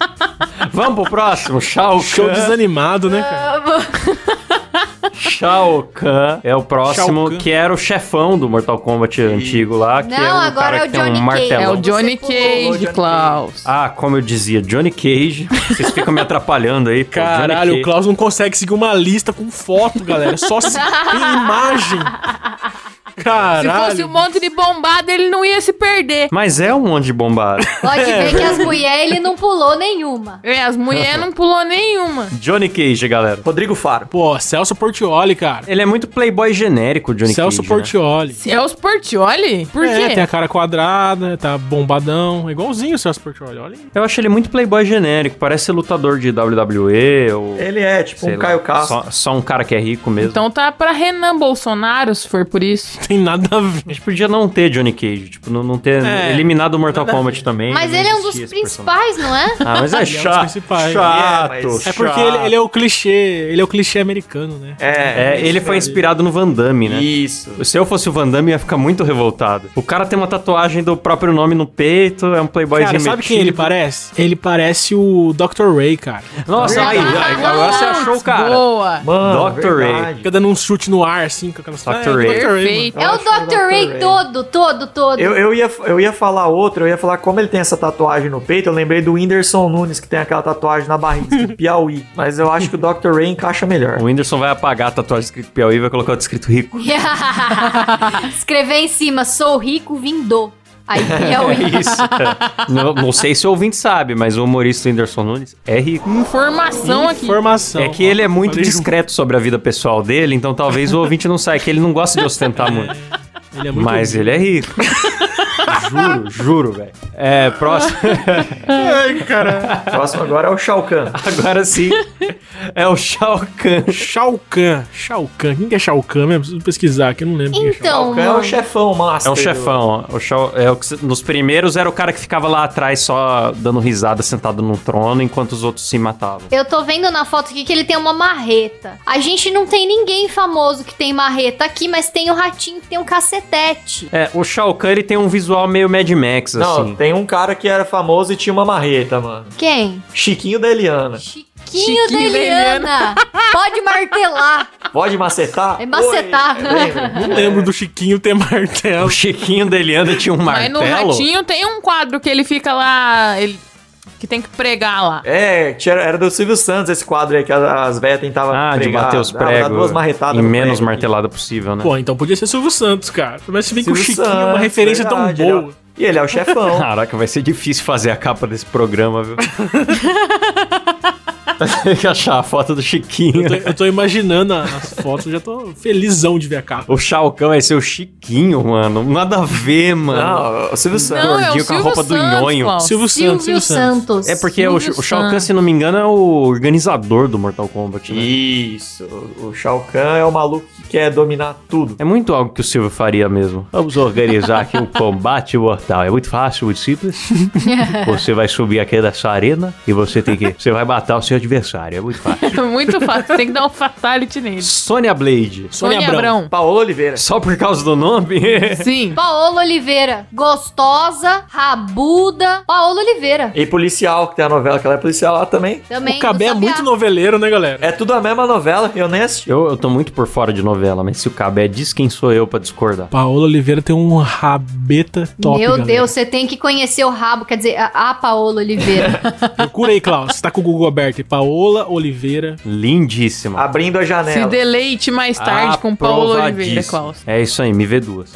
Vamos pro próximo. Shao
Show
Kahn.
desanimado, né, cara?
Shao Kahn é o
Shao
próximo,
Kahn.
que era o chefão do Mortal Kombat antigo lá. Que é um
Não, agora
cara
é o
que tem um
Johnny Cage.
martelão.
É o
Você
Johnny
pulou, Johnny
Cage, Klaus.
Ah, como eu dizia, Johnny Cage. Vocês ficam me atrapalhando aí, pô, Johnny
Caralho, o
Cage.
Klaus não consegue seguir uma lista com foto, galera. Só
[laughs]
se tem imagem.
Se
Caralho.
fosse um monte de bombada, ele não ia se perder.
Mas é um monte de bombado.
Pode ver que as mulheres ele não pulou nenhuma.
É, as mulheres não pulou nenhuma.
Johnny Cage, galera.
Rodrigo Faro.
Pô, Celso Portioli, cara.
Ele é muito playboy genérico, o Johnny
Celso
Cage. né?
Portioli.
Celso Portioli? Por
É,
quê?
tem a cara quadrada, tá bombadão. É igualzinho o Celso Portioli, olha aí.
Eu acho ele muito playboy genérico. Parece lutador de WWE ou...
Ele é tipo
sei
um
lá,
Caio Castro.
Só, só um cara que é rico mesmo.
Então tá pra Renan Bolsonaro, se for por isso.
Tem nada a
A
ver.
gente Tipo, podia não ter Johnny Cage, tipo, não, não ter
É.
eliminado o Mortal Kombat também.
Mas
não
ele é um dos
existia esse personagem.
principais, não é?
Ah, mas é
Ele é um dos
chato.
principais.
Chato,
É, mas-
É porque ele, ele é o clichê, ele é o clichê americano, né?
É, ele foi inspirado no Van Damme, né?
Isso.
Se eu fosse o Van Damme, eu ia ficar muito revoltado. O cara tem uma tatuagem do próprio nome no peito, é um playboyzinho
Cara, sabe
metido.
quem ele parece? Ele parece o Dr. Ray, cara.
Nossa, aí, aí, agora você achou o cara.
Boa.
Mano,
Dr. Ray.
verdade.
Fica dando um chute no ar, assim, com aquelas...
Dr.
É,
Ray.
Perfeito.
[laughs] É o Dr. Ray todo, todo, todo.
Eu, eu, ia, eu ia falar outro, eu ia falar como ele tem essa tatuagem no peito. Eu lembrei do Whindersson Nunes, que tem aquela tatuagem na barriga, escrito Piauí. Mas eu acho que o Dr. Ray encaixa melhor.
O Whindersson vai apagar a tatuagem escrito Piauí e vai colocar o escrito rico.
[laughs] Escrever em cima, sou rico, vindô. Aí Piauí.
É isso. não, não sei se o ouvinte sabe, mas o humorista Whindersson Nunes é rico.
Então,
Informação aqui.
Informação.
É que ele é muito
Olha,
discreto sobre a vida pessoal dele, então talvez o ouvinte não saiba que ele não gosta de ostentar muito.
Ele é muito
Mas ele é rico. [laughs] Juro, juro, velho. É, próximo. [laughs]
Ai, cara.
Próximo agora é o Shao Kahn.
Agora sim. É o Shao Kahn.
Shao Kahn. Shao Kahn. Quem que é Shao Kahn? mesmo? Preciso pesquisar aqui, eu não lembro. quem é Shao
Então,
Shao Kahn é o
mano,
chefão
É
master.
um chefão. O Shao, é o que se- nos primeiros era o cara que ficava lá atrás só dando risada, sentado no trono, enquanto os outros se matavam.
eu tô vendo na foto aqui que ele tem uma marreta. A gente não tem ninguém famoso que tem marreta aqui, mas tem o ratinho que tem um cacetete.
É, o Shao Kahn ele tem um visual meio Mad Max,
Não,
assim.
tem um cara que era famoso e tinha uma marreta, mano.
Quem?
Chiquinho da Eliana.
Chiquinho, da
Chiquinho da
Eliana. Pode martelar.
[laughs]
Pode macetar?
É macetar.
Oi, lembra?
Não lembro do Chiquinho ter [laughs] martelo.
O Chiquinho da Eliana tinha um
Mas no
martelo.
ratinho tem um quadro que ele fica lá. Ele, que tem que pregar lá.
É, tinha- era do Silvio Santos esse quadro aí que as, as velhas tentavam
ah, de
pregar,
bater os
dava- dava
pregos.
duas marretadas
e
no
menos
prego.
martelada possível, né?
Pô, então podia ser Silvio Santos, cara. Mas se bem que o
Silvio
Chiquinho é uma
Santos,
referência
verdade,
tão
ele é o-
boa. Ah,
E ele é o
[laughs]
chefão.
Caraca, vai ser difícil fazer a capa desse programa, [laughs] viu? Tem que achar a foto do Chiquinho. né?
Eu tô, eu tô imaginando a- as fotos, eu já tô felizão de ver a capa.
O Shao Kahn vai ser o Chiquinho, mano. Nada a ver, mano.
Não, o Silvio Santos.
Não, é o
um gordinho com a
Silvio
roupa do
Santos,
nhonho.
Klaus.
Silvio,
Silvio,
Santos, Silvio Santos.
Santos.
É porque o,
Silvio
o Shao Kahn,
Santos.
se não me engano, é o organizador do Mortal Kombat, né?
Isso, o o Shao Kahn é o maluco que quer dominar tudo.
É muito algo que o Silvio faria mesmo. Vamos organizar aqui um combate mortal. É muito fácil, muito
[laughs]
simples. Você vai subir aqui nessa arena e você tem que. Você vai matar o seu adversário. É muito fácil.
[laughs] Muito fácil, tem que dar um fatality nele.
Sônia Blade.
Sônia Abrão.
Paola Oliveira.
Só por causa do nome? [laughs]
[laughs]
Sim.
Paola Oliveira. Gostosa, rabuda. Paola Oliveira.
E policial, que tem a novela, que ela é policial lá também.
Também.
O Cabé é
do Sabiá.
muito noveleiro, né, galera?
É tudo a mesma novela, eu nem assisti.
Eu, eu tô muito por fora de novela, mas se o Cabé diz quem sou eu pra discordar.
Paola Oliveira tem um rabeta top.
Meu
galera.
Deus, você tem que conhecer o rabo, quer dizer, a, a Paola Oliveira.
[laughs] Procura aí, Klaus. Tá com o Google aberto. aí. Paola Oliveira.
Lindíssima.
Abrindo a
Se
janela.
deleite mais tarde com Paulo Oliveira,
Aprovadíssima.
Klaus.
É isso aí, me vê
[laughs]
duas.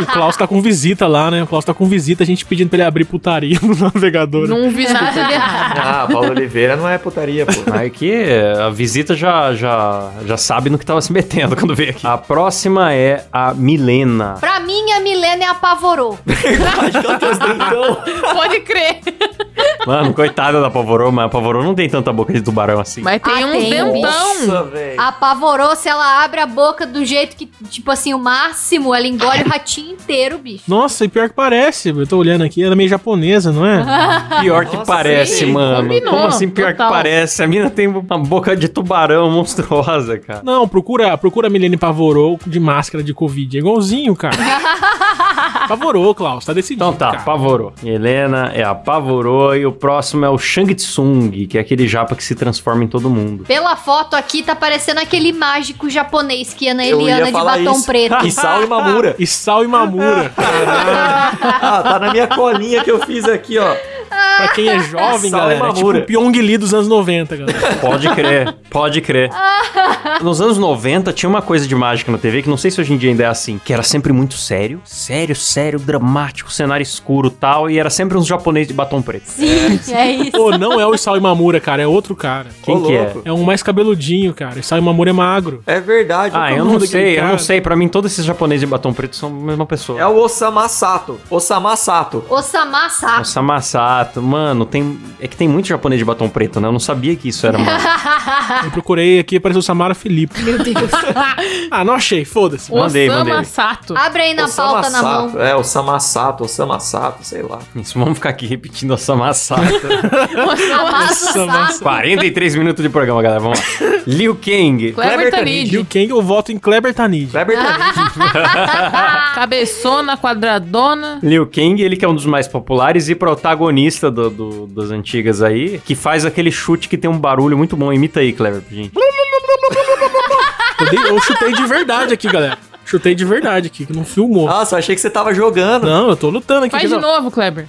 O Klaus tá com visita lá, né? O Klaus tá com visita, a gente pedindo pra ele abrir putaria [laughs] no navegador.
Não vi nada
[laughs]
de errado.
Ah, Paola Oliveira não é putaria, pô.
Aí que eh, a visita já, já, já sabe no que tava se metendo quando veio aqui. A próxima é a Milena.
pra mim, a Milena é apavorou.
Pode crer.
Mano, coitada da Pavorô, mas a Pavorô não tem tanta boca de tubarão assim.
Mas tem
Ah,
uns
tem.
dentão.
Nossa, velho.
Apavorou se ela abre a boca do jeito que, tipo assim, o máximo, ela engole o ratinho inteiro, bicho.
Nossa, e pior que parece, eu tô olhando aqui, ela é meio japonesa, não é?
[laughs]
Pior que
Nossa,
parece,
sim,
mano.
combinou,
Como assim pior
total.
que parece? A mina tem uma boca de tubarão monstruosa, cara.
Não, procura, procura a Milene Pavorou de máscara de Covid. É igualzinho,
[laughs]
cara. Pavorou, Klaus, tá decidido.
Então tá,
cara.
apavorou. Helena é a Pavorô e o próximo é o Shang Tsung, que é aquele japa que se transforma em todo mundo.
Pela foto aqui, tá parecendo aquele mágico japonês que ia na
Eu ia
Eliana de
falar
batom
isso. [laughs]
preto.
E Sal e
[laughs]
Mamura.
E Sal
[laughs]
e Mamura.
ah, tá na minha colinha que eu fiz aqui, ó.
pra quem é jovem,
Sal e
galera, é tipo
Mamura.
o Pyong Lee dos anos 90, galera.
Pode crer, pode
[laughs]
crer. Nos anos 90 tinha uma coisa de mágica na TV que não sei se hoje em dia ainda é assim, que era sempre muito sério, sério, sério, dramático, cenário escuro, tal, e era sempre uns japoneses de batom preto.
Sim, é isso.
Pô, não é o Sal e Mamura, cara, é outro cara.
Quem
Ô,
que é?
louco.
É um mais cabeludinho, cara. E Sal e Mamura é magro.
É verdade.
Ah,
todo
eu
mundo
não
aquele
sei, eu
cara.
não sei. Pra mim, todos esses japoneses de batom preto são a mesma pessoa.
É o Osama Sato. Osama Sato.
Osama Sako.
O Samasato, mano, tem. É que tem muito japonês de batom preto, né? Eu não sabia que isso era mano.
Eu procurei aqui, apareceu o Samara Felipe.
Meu Deus.
Ah, não achei,
[laughs]
foda-se.
Mandei,
Osama
mandei.
Sato.
Abre aí na
Osama
pauta na
Sato.
mão.
É, Osama Sato, Osama Sato, sei lá.
Isso, vamos ficar aqui repetindo o
[laughs]
Samasato.
Amassa o
Osama
Sato.
43 minutos de programa, galera. Vamos lá. Liu Kang.
Kleber
Kleber
Liu
Tanid.
Kang, eu voto em Kleber Tanid.
Kleber
[laughs]
Tanid.
Cabeçona, quadradona.
Liu Kang, ele que é um dos mais populares e protagonista do, do- das antigas aí, que faz aquele chute que tem um barulho muito bom. Imita aí, Clever, pra
[laughs]
gente.
Eu, dei- eu chutei de verdade aqui, galera. Chutei de verdade aqui, que não filmou.
Nossa, eu achei que você tava jogando.
Não, eu tô lutando aqui.
Faz
que
de
não-
novo, Kleber.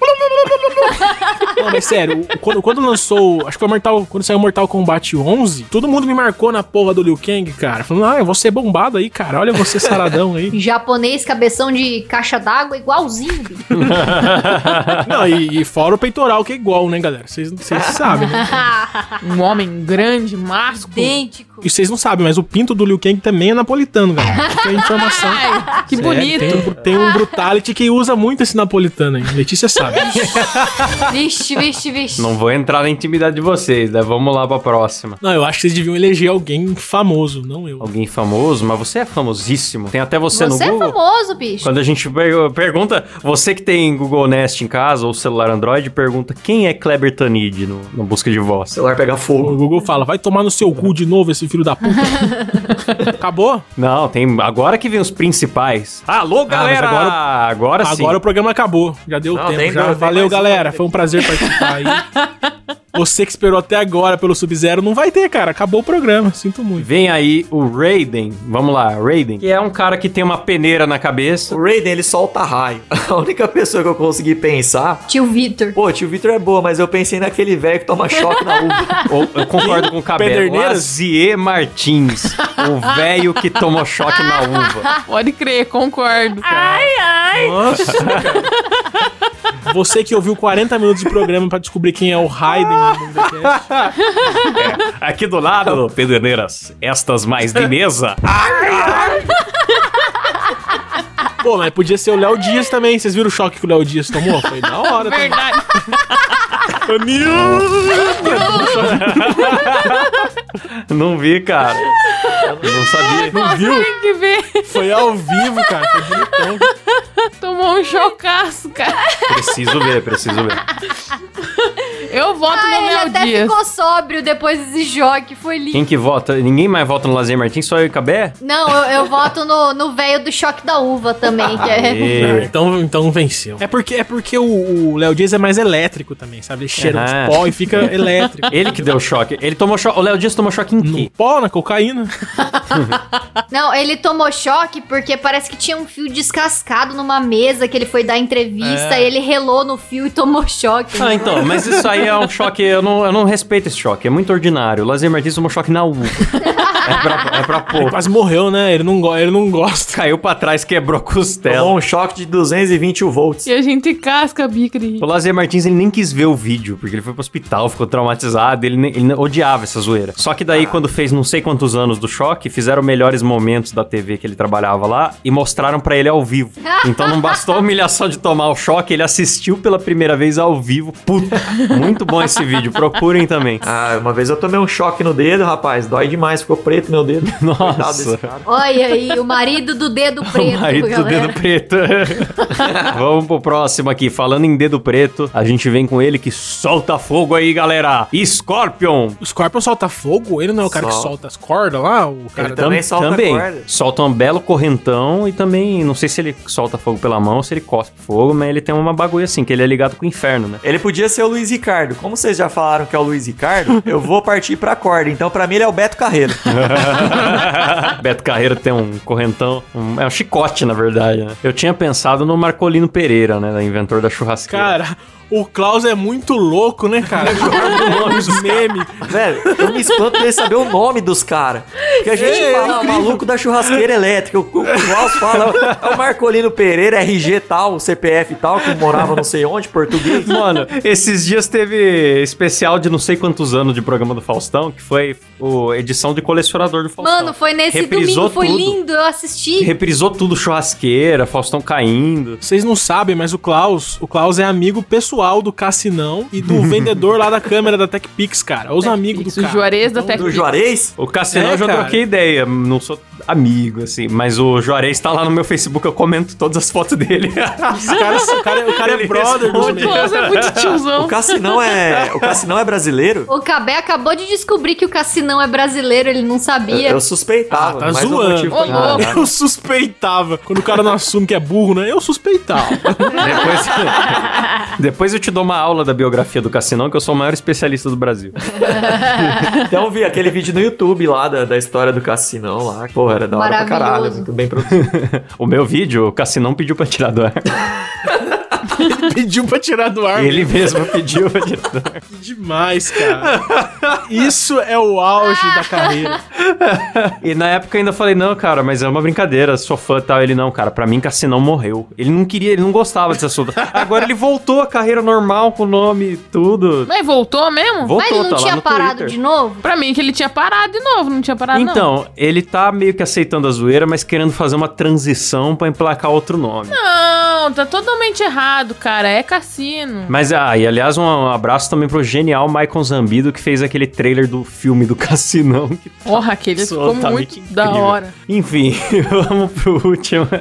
Não, mas sério, o- quando, quando lançou. Acho que foi Mortal. Quando saiu Mortal Kombat 11, todo mundo me marcou na porra do Liu Kang, cara. Falando, ah, eu vou ser bombado aí, cara. Olha você
[laughs]
saradão aí.
Japonês, cabeção de caixa d'água, igualzinho, bicho.
Não, e, e fora o peitoral, que é igual, né, galera? Vocês vocês sabem, né?
Um homem grande, másculo.
idêntico.
E vocês não sabem, mas o pinto do Liu Kang também é napolitano, galera. Fica a informação.
Ai, [laughs] que
É,
bonito.
tem, um- tem um brutality que usa muito esse napolitano aí. Letícia sabe.
Vixe, vixe, vixe.
Não vou entrar na intimidade de vocês, né? Vamos lá pra próxima.
Não, eu acho que vocês deviam eleger alguém famoso, não eu.
Alguém famoso, mas você é famosíssimo. Tem até você,
Você,
no
é
Google.
famoso, bicho.
Quando a gente per- pergunta, você que tem Google Nest em casa ou celular Android, pergunta quem é Kleber Tanid no, no busca de voz.
celular pega
O
fogo.
Google fala, vai tomar no seu cu de novo esse filho da puta. Acabou?
Não, tem. Agora que vem os principais. Alô, galera!
mas agora-
Ah, agora, sim.
Agora o programa acabou. Já deu
Não,
tempo.
tem
Já.
dois, tem
Valeu,
mais um.
galera. Foi um prazer participar aí. Você que esperou até agora pelo Sub-Zero, não vai ter, cara. Acabou o programa. Sinto muito.
Vem aí o Raiden. Vamos lá, Raiden. Que é um cara que tem uma peneira na cabeça.
O Raiden, ele solta raio. [laughs] A única pessoa que eu consegui pensar.
Tio Vitor.
Pô, tio Vitor é boa, mas eu pensei naquele velho que toma
[laughs]
choque na uva.
Ou, eu concordo com o cabelo.
Pederneiras?
Lazier Martins. o velho que tomou choque na uva.
Pode crer, concordo.
Nossa, cara. Você que ouviu 40 minutos de programa pra descobrir quem é o Raiden no Bangladesh.
Aqui do lado, [laughs] Pederneiras, estas mais de [laughs] mesa.
Pô, mas podia ser o Léo Dias também. Vocês viram o choque que o Léo Dias tomou? Foi da hora. também.
É Verdade.
Não vi, cara. Não sabia.
Não viu?
Tem que ver.
Foi ao vivo, cara. Foi bonitão.
Tomou um chocaço, cara.
Preciso ver, preciso ver.
Eu voto
Ah,
no
ele
Léo
até
Dias.
ficou sóbrio depois desse jogo, foi lindo.
Quem que vota? Ninguém mais vota no Lazier Martins, só eu e Cabé?
Não, eu, eu voto no, no velho do choque da uva também, que é...
Não,
E...
então, então venceu. É porque, é porque o, o Léo Dias é mais elétrico também, sabe? Ele cheira
Aham.
uns pó e fica [laughs] elétrico.
Ele que deu choque. Ele tomou choque. O Léo Dias tomou choque em
No
quê?
pó, na cocaína.
Não, ele tomou choque porque parece que tinha um fio descascado numa mesa que ele foi dar
É.
entrevista, e ele relou no fio e tomou choque.
Ah, então, mas isso aí é um choque. Eu não, eu não respeito esse choque. É muito ordinário. O Lazier Martins tomou choque na uva. É pra, é pra
Ele [laughs]
pouco.
quase morreu, né? Ele não, go- ele não gosta.
Caiu pra trás, quebrou a costela.
Tomou um choque de 220 volts.
E a gente casca a bica de rir.
O Lazier Martins ele nem quis ver o vídeo, porque ele foi pro hospital, ficou traumatizado, ele, ne- ele ne- odiava essa zoeira. Só que
Ah.
daí, quando fez não sei quantos anos do choque, fizeram melhores momentos da TV que ele trabalhava lá e mostraram pra ele ao vivo. Então não bastou a humilhação de tomar o choque, ele assistiu pela primeira vez ao vivo. Puta, muito bom esse vídeo, procurem também. [laughs]
Ah, uma vez eu tomei um choque no dedo, rapaz. Dói demais, ficou preto meu dedo.
[laughs] Nossa.
Coitado desse cara.
Olha aí, o marido do dedo
[laughs]
preto,
o marido do
galera.
dedo
[laughs]
preto. Vamos pro próximo aqui. Falando em dedo preto, a gente vem com ele que solta fogo aí, galera. Scorpion,
O Scorpion solta fogo? Ele não é o cara que
Solta.
solta as cordas lá? O cara
Também solta corda.
Solta um belo correntão e também, não sei se ele solta fogo pela mão ou se ele cospe fogo, mas ele tem uma bagulho assim, que ele é ligado com o inferno,
[laughs]
né?
Ele podia ser o Luiz Ricardo. Como vocês já falaram que é o Luiz Ricardo,
[laughs]
eu vou partir pra corda. Então, pra mim, ele é o Beto Carreiro.
Beto Carreiro tem um correntão, um- é um chicote, na verdade, né? Eu tinha pensado no Marcolino Pereira, né? da Inventor da churrasqueira.
Cara, o Klaus é muito louco, né, cara? [laughs] Os memes.
Velho, eu me espanto de saber o nome dos caras. Porque a gente
É,
fala, ah, o maluco da churrasqueira elétrica. O o Klaus fala, é o Marcolino Pereira, RG tal, CPF tal, que morava não sei onde, português.
Mano, [laughs] esses dias teve especial de não sei quantos anos de programa do Faustão, que foi a edição de colecionador do Faustão.
Mano, foi nesse
Reprisou
domingo, foi
tudo.
lindo, eu assisti.
Reprisou tudo, churrasqueira, Faustão caindo.
Vocês não sabem, mas o Klaus, o Klaus é amigo pessoal do Cassinão e [laughs] do vendedor lá da câmera da TechPix, cara. Os amigos
Isso,
do
o
cara. Então,
Juarez da
Do
Tecnologia.
Juarez?
O Cassinão
É,
eu já
cara.
troquei ideia, não sou amigo, assim, mas o Juarez tá lá no meu Facebook, eu comento todas as fotos
[laughs]
dele.
Esse cara- o cara, o cara
Ele
é brother dos
responde.
memes.
Nossa, é muito
O
tiozão.
Cassinão é, o Cassinão é brasileiro?
O Cabé acabou de descobrir que o Cassinão é brasileiro, ele não
Eu,
sabia.
eu suspeitava.
Tá
mas não
zoando.
motivo pra
Ô, louco.
nada.
[laughs] Eu suspeitava. Quando o cara não assume que é burro, né? Eu suspeitava. [laughs]
depois, depois eu te dou uma aula da biografia do Cassinão, que eu sou o maior especialista do
[laughs]
Brasil.
Então vi aquele vídeo no YouTube lá da, da história do Cassinão lá. Pô, era da hora pra
Maravilhoso.
caralho. Muito bem produzido.
O meu vídeo, o Cassinão pediu pra tirar do ar.
Ele pediu pra tirar do ar.
Ele mesmo pediu. pra tirar.
Que demais, cara. Isso é o auge da carreira.
e na época eu ainda falei, não, cara, mas é uma brincadeira, sou fã e tal. Ele, não, cara, pra mim Cassinão morreu. Ele não queria, ele não gostava desse assunto. Agora ele voltou à carreira normal com o nome e tudo.
Mas voltou mesmo?
Voltou,
Mas ele
tota
tá
não
lá
tinha
no
parado
Twitter.
de novo?
Pra mim que ele tinha parado de novo, não tinha parado Ah, não.
Então, ele tá meio que aceitando a zoeira, mas querendo fazer uma transição pra emplacar outro nome.
Não, tá totalmente errado, cara. É cassino.
Mas, ah, e aliás, um abraço também pro genial Michael Zambido, que fez aquele trailer do filme do [laughs] Cassinão. Que
Porra, aquele ficou
tá
absolutamente
muito
incrível.
da hora.
Enfim, [laughs] vamos pro último. [laughs]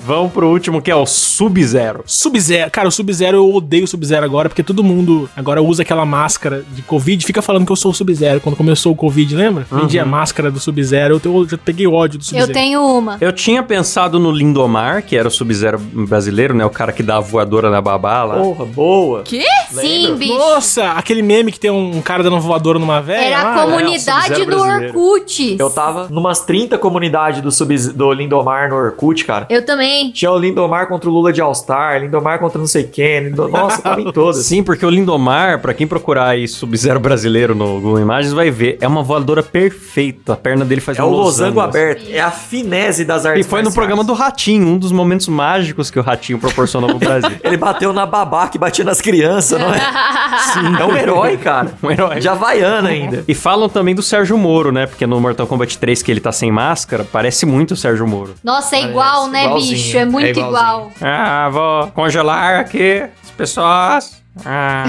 vamos pro último, que é o Sub-Zero.
Sub-Zero. Cara, o Sub-Zero, eu odeio o Sub-Zero agora, porque todo mundo agora usa aquela máscara de Covid, fica falando que eu sou o Sub-Zero. Quando começou o Covid, lembra? Vendia máscara do Sub-Zero, eu, te- eu já peguei ódio do Sub-Zero.
Eu tenho uma.
Eu tinha pensado no Lindomar, que era o Sub-Zero brasileiro, né? O cara que dá a voadora na babá lá.
Porra, boa.
Que?
Sim, bicho.
Nossa, aquele meme que tem um cara dando voadora numa
é,
velha.
Era
ah,
lá,
a
né?
comunidade
Sub-Zero
do
brasileiro.
Orkut.
Eu tava numas 30 comunidades do, sub do Lindomar no Orkut, cara.
Eu também. [laughs]
Tinha o Lindomar contra o Lula de All-Star, Lindomar contra não sei quem, Lindo- Nossa, tava em todas.
Sim, porque o Lindomar, pra quem procurar aí Sub-Zero brasileiro no Google Imagens, vai ver. É uma voadora perfeita. A perna dele faz
É
um
o losango
assim.
aberto. É a finese das
E
artes
foi no
marciais.
programa do Ratinho, um dos momentos mágicos que o Ratinho proporcionou pro
[laughs]
Brasil.
Ele bateu na babá que batia nas crianças, não é?
[laughs]
Sim. É um herói, cara.
Um herói.
De Havaiana ainda.
E falam também do Sérgio Moro, né? Porque no Mortal Kombat 3 que ele tá sem máscara, parece muito o Sérgio Moro.
Nossa, é igual, né,
igualzinho.
bicho? É muito
É
igual.
igualzinho.
Ah, vou congelar aqui as pessoas. [laughs] Ah.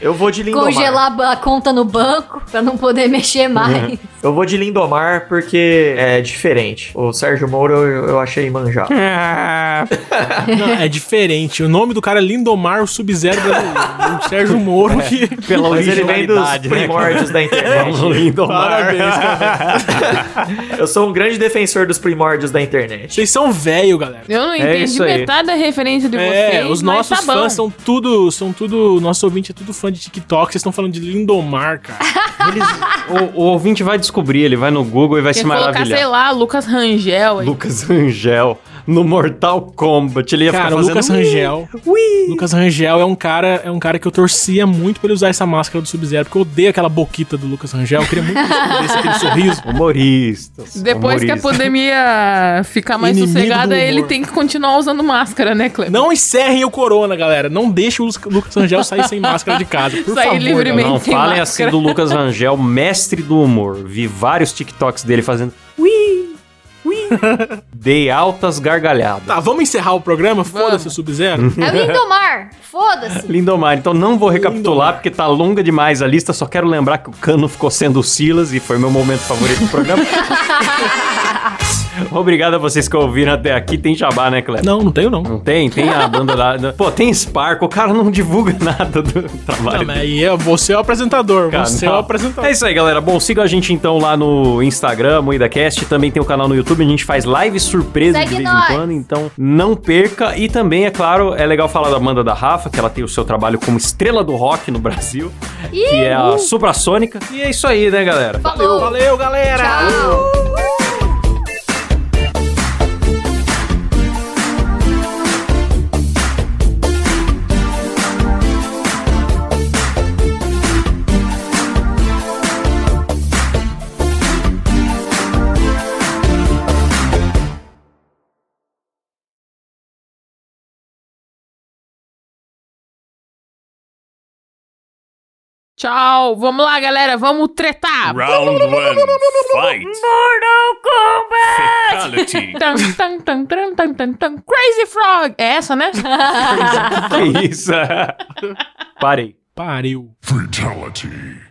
Eu vou de Lindomar.
Congelar a conta no banco pra não poder [laughs] mexer mais.
Eu vou de Lindomar porque é diferente. O Sérgio Moro eu, eu achei manjado.
Ah.
Não, é diferente. O nome do cara é Lindomar, o Sub-Zero brasileiro. o Sérgio Moro que...
Pela
Mas ele vem dos
originalidade, né,
primórdios da
cara?
internet.
Vamos, Lindomar.
Parabéns,
[laughs]
Eu sou um grande defensor dos primórdios da internet.
Vocês são velho, galera.
Eu não entendi
isso aí.
metade da referência de
É,
vocês,
os
mas
nossos
tá bom.
fãs são tudo, são tudo, nosso ouvinte é tudo fã de TikTok, vocês estão falando de Lindomar, cara.
o, o ouvinte vai descobrir, ele vai no Google e vai
Quer
se
colocar, sei
maravilhar.
lá, Lucas Rangel aí.
Lucas [laughs] Angel no Mortal Kombat. Ele ia
Cara,
ficar
o
fazendo...
Lucas Rangel. Lucas Rangel é um cara, é um cara que eu torcia muito pra ele usar essa máscara do Sub-Zero, porque eu odeio aquela boquita do Lucas Rangel, eu queria muito que ele escondesse aquele sorriso.
Humoristas.
Depois que a
humoristas.
pandemia ficar mais
Inimigo do
sossegada,
humor.
ele tem que continuar usando máscara, né, Cleber?
É Não encerrem o corona, galera. Não deixem o Lu- Lucas Rangel sair sem máscara de casa, por
Sair
favor.
livremente.
galera.
Não
sem
falem
máscara.
assim do Lucas Rangel, mestre do humor. Vi vários TikToks dele fazendo. Ui! Ui! Dei altas gargalhadas.
Tá, vamos encerrar o programa? Foda-se o Sub-Zero.
É o Lindomar. Foda-se.
Lindomar, então não vou recapitular porque tá longa demais a lista. Só quero lembrar que o Cano ficou sendo o Silas e foi meu momento favorito do programa. [laughs] Obrigado a vocês que ouviram até aqui. Tem jabá, né, Cleber?
Não, não tenho não.
Não tem? Tem a banda lá. Pô, tem Sparco. O cara não divulga [laughs] nada do trabalho.
Não,
dele.
mas aí é você é o apresentador, você é o
canal.
apresentador.
É isso aí, galera. Bom, siga a gente então lá no Instagram, MoidaCast. Também tem o canal no YouTube. A gente faz live surpresa
Segue
de vez
nós.
em quando. Então não perca. E também, é claro, é legal falar da Amanda da Rafa, que ela tem o seu trabalho como estrela do rock no Brasil, que é a Suprassônica. E é isso aí, né, galera?
Falou.
Valeu, galera!
Tchau.
Tchau, vamos lá, galera, vamos tretar.
Round one, fight! Fatality!
Tan, tan, tan, tan, tan, tan, tan. Crazy Frog! É essa, né?
[laughs] que É isso? Parei.
Pariu.
Fatality.